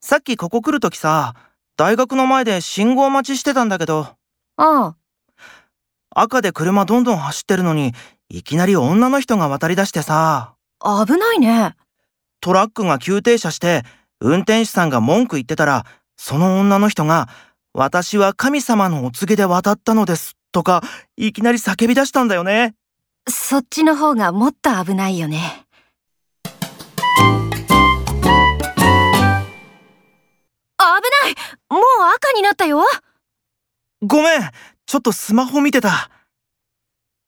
さっきここ来るときさ、大学の前で信号待ちしてたんだけど、ああ、赤で車どんどん走ってるのに、いきなり女の人が渡り出してさ、危ないね。トラックが急停車して、運転手さんが文句言ってたら、その女の人が、私は神様のお告げで渡ったのです、とか、いきなり叫び出したんだよね。そっちの方がもっと危ないよね。危ないもう赤になったよごめん、ちょっとスマホ見てた。